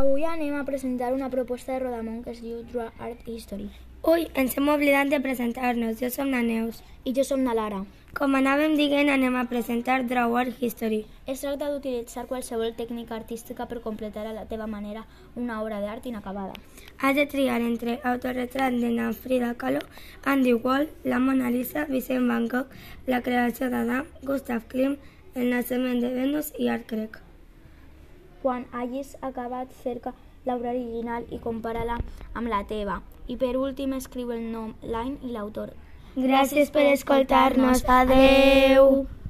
Avui anem a presentar una proposta de Rodamont que es diu True Art History. Ui, ens hem oblidat de presentar-nos. Jo som la Neus. I jo som na Lara. Com anàvem dient, anem a presentar Draw Art History. Es tracta d'utilitzar qualsevol tècnica artística per completar a la teva manera una obra d'art inacabada. Has de triar entre autorretrat de na Frida Kahlo, Andy Wall, la Mona Lisa, Vincent Van Gogh, la creació d'Adam, Gustav Klimt, el naixement de Venus i Art Grec. Quan hagis acabat, cerca l'obra original i compara-la amb la teva. I per últim, escriu el nom, l'any i l'autor. Gràcies per escoltar-nos. Adeu!